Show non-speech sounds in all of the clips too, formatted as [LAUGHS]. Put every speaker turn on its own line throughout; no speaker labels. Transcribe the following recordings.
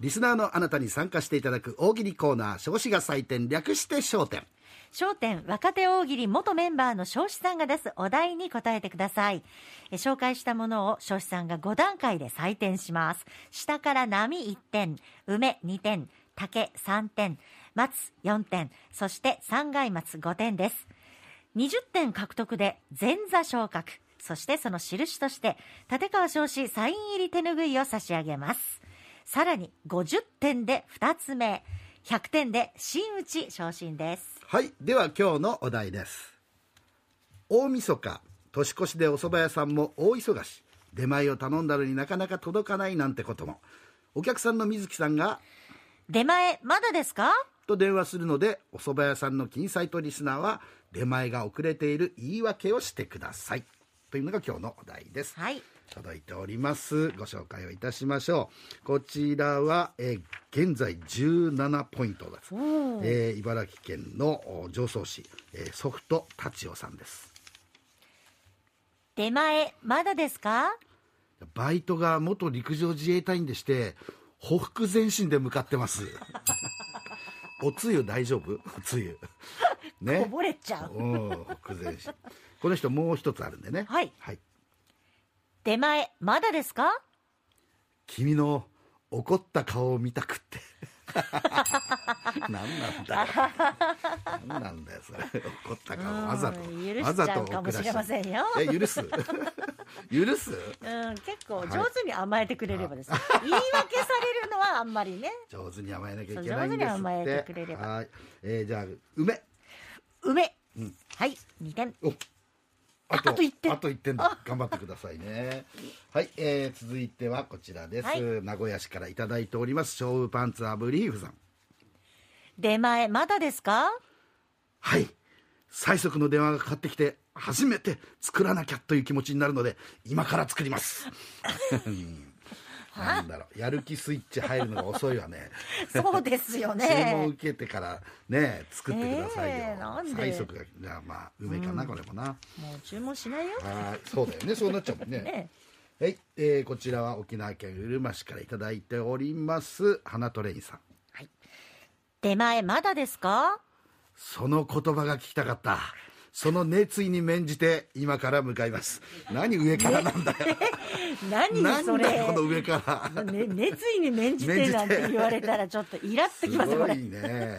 リスナーのあなたに参加していただく大喜利コーナー、少子が採点、略して焦点。
焦点若手大喜利元メンバーの彰子さんが出すお題に答えてくださいえ紹介したものを彰子さんが5段階で採点します下から波1点梅2点竹3点松4点そして三階松5点です20点獲得で前座昇格そしてその印として立川彰子サイン入り手ぬぐいを差し上げますさらに50点で2つ目100点で真打ち昇進です
はい、では今日のお題です。大晦日、年越しでお蕎麦屋さんも大忙し。出前を頼んだのになかなか届かないなんてことも。お客さんの水木さんが、
出前まだですか
と電話するので、お蕎麦屋さんの金サイトリスナーは、出前が遅れている言い訳をしてください。というのが今日のお題です。
はい
届いておりますご紹介をいたしましょうこちらは、えー現在17ポイントです、えー茨城県のお常総市、えーソフト達夫さんです
出前まだですか
バイトが元陸上自衛隊員でしてほふく前進で向かってます
[LAUGHS]
おつゆ大丈夫おつ
[LAUGHS]
ゆね
こぼれちゃう
うんほふく前進この人もう一つあるんでね
はい
はい、
出前まだですか
君の怒った顔を見たくって何なんだよ何なんだよそれ怒った顔わざと
うん許
わ
し
ざ
ちゃ
と
うかもしれませんよ
え許す許す [LAUGHS]
うん結構
い
上手に甘えてくれればですね、 [LAUGHS] 言い訳されるのはあんまりね
上手に甘えなきゃいけないんですって
そう上手に甘えてくれれば
はい、えーじゃあ梅
梅、はい2点
おあと
あと一点
あと1点だ頑張ってくださいねはい、えー続いてはこちらです、
はい
名古屋市からいただいております勝負パンツアブリーフさん
出前まだですか
はい最速の電話がかかってきて初めて作らなきゃという気持ちになるので今から作りますうんなんだろうやる気スイッチ入るのが遅いわね
そうですよ
注文
ね
受けてからね作ってくださいよ、
ねえなんで
最速がじゃあまあ梅かな、これもな
もう注文しないよ
はいそうだよねそうなっちゃうもんね
ね
はい、えーこちらは沖縄県うるま市からいただいております花トレインさん
出前まだですか
その言葉が聞きたかった。その熱意に免じて今から向かいます。何上からなんだよ。
何
なん
そ
だ
れ
この上から。
ね、熱意に免じてなんて言われたらちょっとイラっと
す
きますよこ
ご
れ
いね。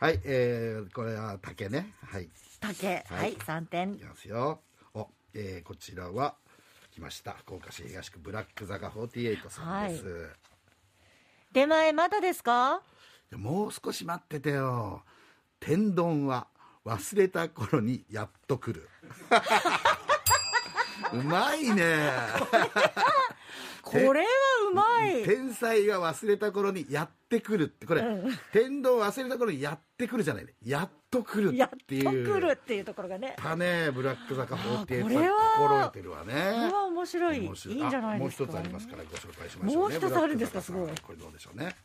はい、えー、これは竹ね。はい、い
竹
は
はいい3点
きますよ。お、えー、こちらは、来ました。福岡市東区ブラック坂48さんです。
出前まだですか
でもう少し待っててよ。天丼は忘れた頃にやっと来
[LAUGHS]
る。うまいね。
これはうまい
天才が忘れた頃にやってくるってこれ、天丼忘れた頃にやってくるじゃないねやっと来る
やっ
っ
と
ていう
来るっていうところがね
たねブラック坂48
あこれは
心得てるわね
これは面白い
面白
いいんじゃないですか
あもう一つありますからご紹介しましょうね
もう一つあるんですか
ブラック坂さ
す
これどうでしょうね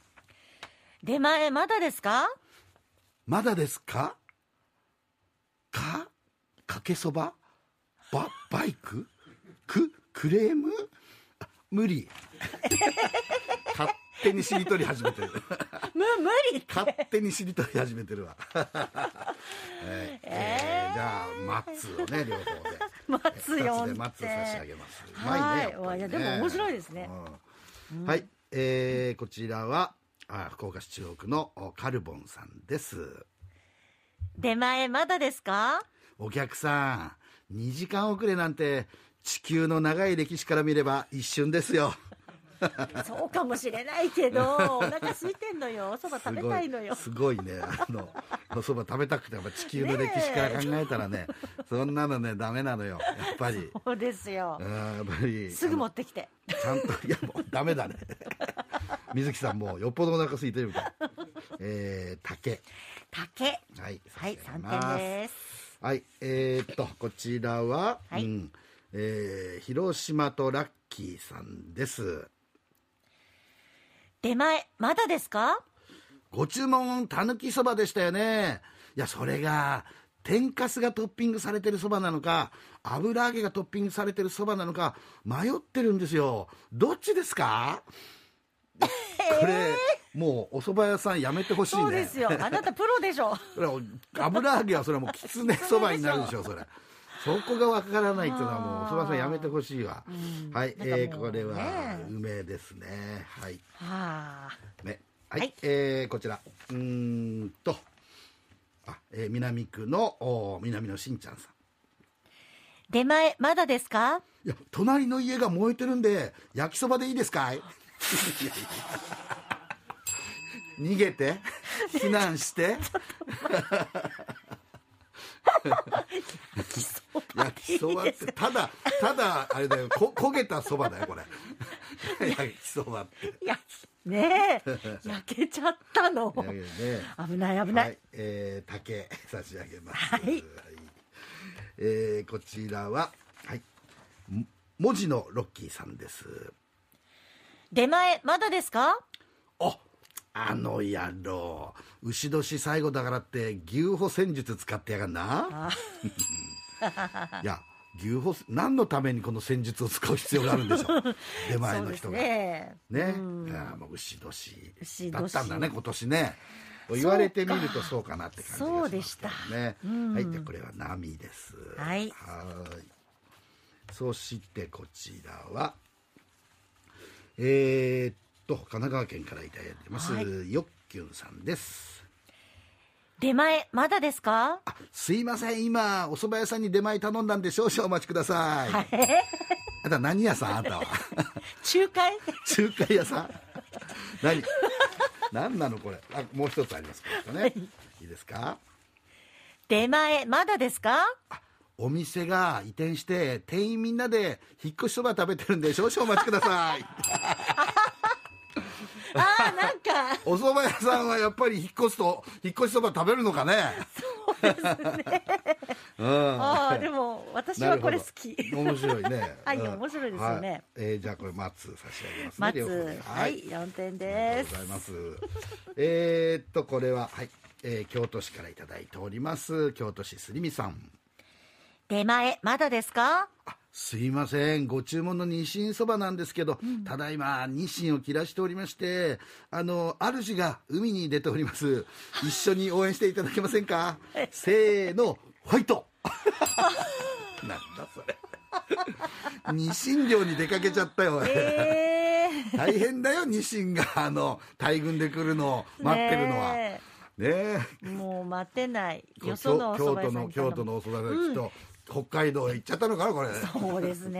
出前まだですか
まだですかかかけそばばバイクくクレームあ無理
[LAUGHS]
勝手にしりとり始めてる
む無理
勝手にしりとり始めてる
[LAUGHS]
わ。はいえーじゃあ、松をね、両方で。
待つ
二つ
よっ
で松
て
を差し上げます。う
はい
まいね。
わいやでも面白いですね
うんはい、えーこちらは、あ福岡市中央区のおカルボンさんです。
出前まだですか
お客さん、2時間遅れなんて、地球の長い歴史から見れば一瞬ですよ。
そうかもしれないけどお腹空いてんのよおそば食べたいのよ
すごいすごいねあのおそば食べたくてやっぱ地球の歴史から考えたらね [LAUGHS] そんなのねダメなのよやっぱり
そうですよ
うんやっぱり
すぐ持
あ
ってきて
のちゃんといやもうダメだね水木さんもうよっぽどお腹空いてるみたいえー、竹
竹
はい
は
差し上
い
げ
3
ます
点です
はいえー、っとこちらは、
はい
うんえー広島とラッキーさんです
出前まだですか
ご注文たぬきそばでしたよねいやそれが天かすがトッピングされてるそばなのか油揚げがトッピングされてるそばなのか迷ってるんですよどっちですかこれもうお蕎麦屋さんやめてほしいね
そうですよあなたプロでしょ
それは油揚げはそれはもうきつねそばになるでしょそれそこがわからないっていうのはもうお蕎麦屋さんやめてほしいわ、
うん
はい、
なんか
えー、
もう
これは
ね
梅ですねはい
はあ
ねはい、
はい
えーこちらうーんとあ、えー南区のおー南のしんちゃんさん
出前まだです
[LAUGHS]
か
いや隣の家が燃えてるんで焼きそばでいいですかい [LAUGHS] いやいや逃げて避難して焼きそばってただただあれだよこ焦げたそばだよこれ [LAUGHS] 焼きそばって
いやねえ
[LAUGHS]
焼けちゃったの
というわけでね
危ない危な
はいい、えー、竹差し上げます。
はい
えーこちらは、はい、も文字のロッキーさんです。
出前まだですか
あ、あの野郎、牛年最後だからって牛歩戦術使ってやがんな。 [LAUGHS] いや、牛歩何のためにこの戦術を使う必要があるんでしょう。出前の人
そう
が
です
ね、
ね
いや
うん
もう牛年
牛年
だったんだね今年ね。と言われてみるとそうかなって感じがしますけどね。
そうでした
ね、
ん
はい、でこれは波です。
はい
ーいそしてこちらは、えーっと神奈川県からいただいてます、
はい
よっきゅんさんです。
出前まだですか
あ、すいません、今お蕎麦屋さんに出前頼んだんで少々お待ちください。あなた何屋さんあなたは
仲介
中華屋さん何何なのこれあもう一つありますこれね、い、いですか
出前まだですか
お店が移転して店員みんなで引っ越しそば食べてるんで少々お待ちくださ
[LAUGHS]
い
ああなんか
お蕎麦屋さんはやっぱり引っ越すと引っ越しそば食べるのかねそうですねうん
ああでも私はこれ好き
なるほど面白いね
はい
うん
面白いですよね
はいえーじゃあこれ松差し上げますね
松
両方に
はい4点
ありが
で
とう
す
ございます。えーっと、これは、はい、えー京都市からいただいております。京都市すりみさん。
出前まだですか
あすいませんご注文のニシンそばなんですけど、ただいまニシンを切らしておりましてあの主が海に出ております一緒に応援していただけませんか [LAUGHS] せーのファイトなんだそれニシン漁に出かけちゃったよ、
ええ
大変だよニシンがあの大群で来るのを [LAUGHS] 待ってるのはね
ね
え
えもう待てない
京
よそのお蕎
京都
麦屋さん
の
に頼
京
む
都のおそば屋さんきっと、北海道へ行っちゃったのかなこれ
そうです
はい、
ね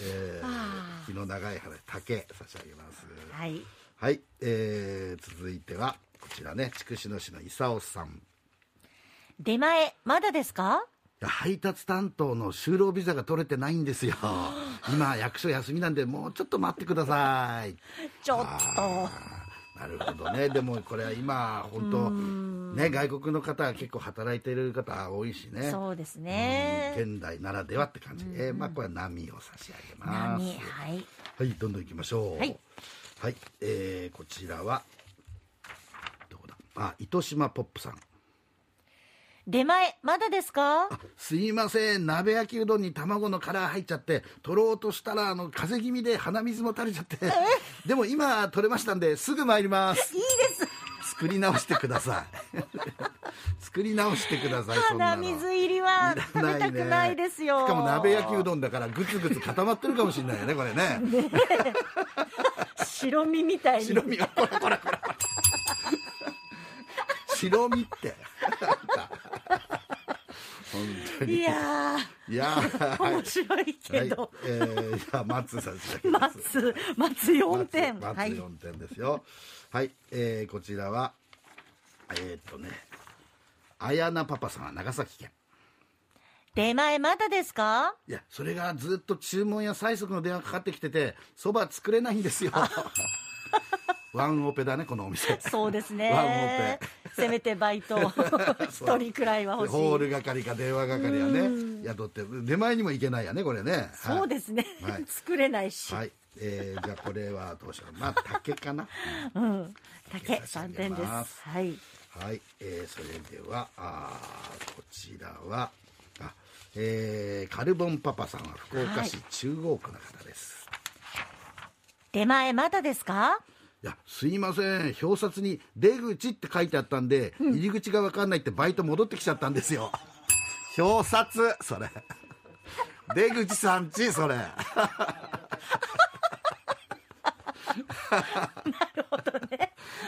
え
あ
ー、日の長い花竹差し上げます。
はい、
はい、えー、続いてはこちらね、筑紫野市の伊佐さん。
出前まだですか
いや配達担当の就労ビザが取れてないん
[GASPS]
ですよ。今役所休みなんでもうちょっと待ってください。
ちょっ
あ
と
ーなるほどね。でもこれは今本当ね外国の方は結構働いてる方多いしね。
そうです
う
ね
ん現代ならではって感じ。えー、まあこれは波を差し上げます。
波はい
はい、どんどん行きましょう。
はい。
はい、えー、こちらは、どこだあ、糸島ポップさん。
出前まだですか
すいません、鍋焼きうどんに卵の殻入っちゃって、取ろうとしたら、あの、風邪気味で鼻水も垂れちゃって、でも今取れましたんで、すぐ参り
[LAUGHS]
ます。いいです。作り直してください。作り直してください、そんなの。
鼻水入りは食べたくないです
し
よ
かも鍋焼きうどんだからグツグツ固まってるかもしれないよねこれね
[LAUGHS] 白身みたいに
白身がこらこらこら白身って本
[LAUGHS]
当に
いや
いやー
ー
はい
面白いけ
は
ど
い、えー、じゃあ松さん差し上げます
松松4点
松松
はい
4点ですよはい、えー、こちらはえー、っとねあやなパパさんは長崎県
出前まだですか
いやそれがずっと注文や催促の電話かかってきててそば作れないんですよ [LAUGHS] ワンオペだねこのお店
そうです
[LAUGHS] ワン
ね
オ
せめてバ
[LAUGHS]
イト一人くらいは欲しい
ホール係か電話係やね雇って出前にも行けないやねこれねはい
そうですね、
はい
[LAUGHS] 作れないし、
はい、えー、じゃあこれはどうしようまあ竹かな
うん竹
差し上
3
げ
点で
ます
すはい
はい、えー、それではあーこちらはあえー、カルボンパパさんは福岡市中央区の方です、
出前まだですか
いやすいません表札に「出口」って書いてあったんで、入り口が分かんないってバイト戻ってきちゃったんです
[LAUGHS]
よ表札それ出口さんちそれ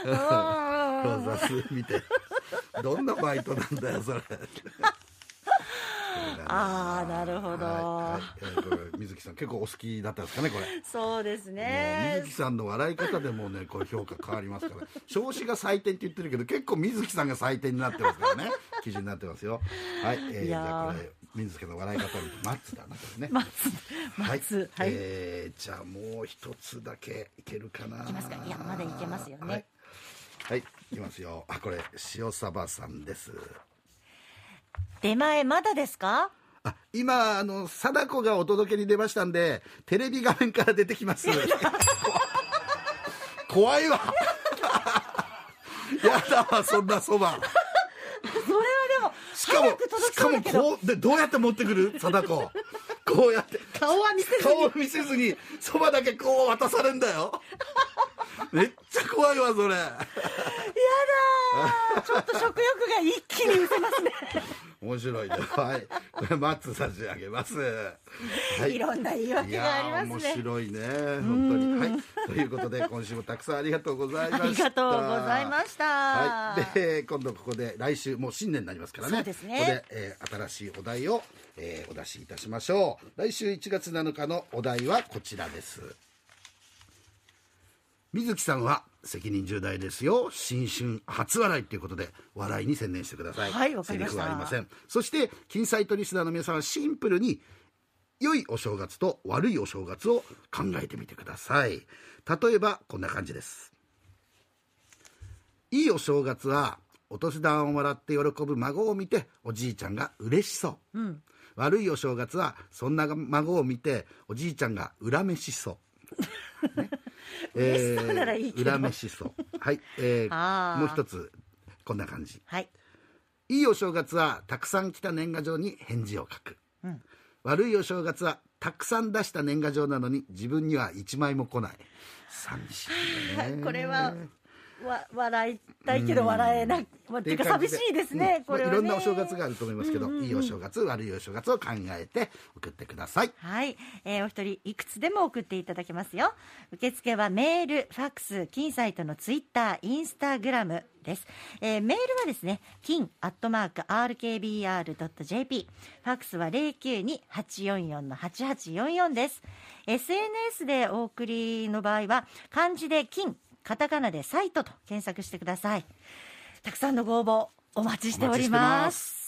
うーん
表札見てどんなバイトなんだよそれ
ああなるほど、
はいはいえーと水木さん結構お好きだったんですかねこれ
そうです
もう
ね
水木さんの笑い方でもうねこれ評価変わります
[LAUGHS]
から少子が採点って言ってるけど結構水木さんが採点になってます
[LAUGHS]
からね記事になってますよはい、えー、
い
じ
やー
ゃあこれ水木の笑い方見てマッツだなこれね
松松はい、
えーじゃあもう一つだけいけるかない
きますかいやまだいけますよね
はい、はい、いきますよあこれ塩サバさんです
出前まだですか
あ今あの貞子がお届けに出ましたんでテレビ画面から出てきます [LAUGHS] 怖いわ [LAUGHS] やだわそんなそば
それはでも
しかも
早く届
し
きそ
か
う
も
だけど
こうでどうやって持ってくる貞子こうやって
顔は見せずに
顔を見せずにそばだけこう渡されんだよめっちゃ怖いわそれ
やだ
[LAUGHS]
ーちょっと食欲が一気に失せますね、
面白いねはいこれマッツ差し上げます、はい
い、ろんな言い
い
訳があ
やー
りま
面
すね
白いね本当にはいということで今週もたくさんありがとうございました
ありがとうございました
はいでえー今度ここで来週もう新年になりますからね
そうですね
ここで、えー新しいお題を、えーお出しいたしましょう来週1月7日のお題はこちらです水木さんは責任重大ですよ新春初笑いということで笑いに専念してください
はいわかりま
セ
した
リフはありませんそして金サイトリスナーの皆さんはシンプルに良いお正月と悪いお正月を考えてみてください例えばこんな感じですいいお正月はお年玉をもらって喜ぶ孫を見ておじいちゃんが嬉しそう、悪いお正月はそんな孫を見ておじいちゃんが恨めしそう
[LAUGHS] 嬉しそうならいいけど
えー、恨めしそうはい、え
あ
ー、も
ー
う一つこんな感じ
はい
いいお正月はたくさん来た年賀状に返事を書く、悪いお正月はたくさん出した年賀状なのに自分には一枚も来ない寂しいよね
[LAUGHS] これはわ笑いたいけど笑えなく、まあ、
ってい
ていううか
感じ
寂しいですね、
うん
これ
ま
は、
あ
ね、
いろんなお正月があると思いますけど、いいお正月悪いお正月を考えて送ってください
はい、えーお一人いくつでも送っていただけますよ受付はメールファックス金サイトのツイッターインスタグラムです、えーメールはですね金アットマーク RKBR.jp ファックスは092-844-8844です SNS でお送りの場合は漢字で金カタカナでサイトと検索してくださいたくさんのご応募お待ちしており
お待ちしてま
ます
す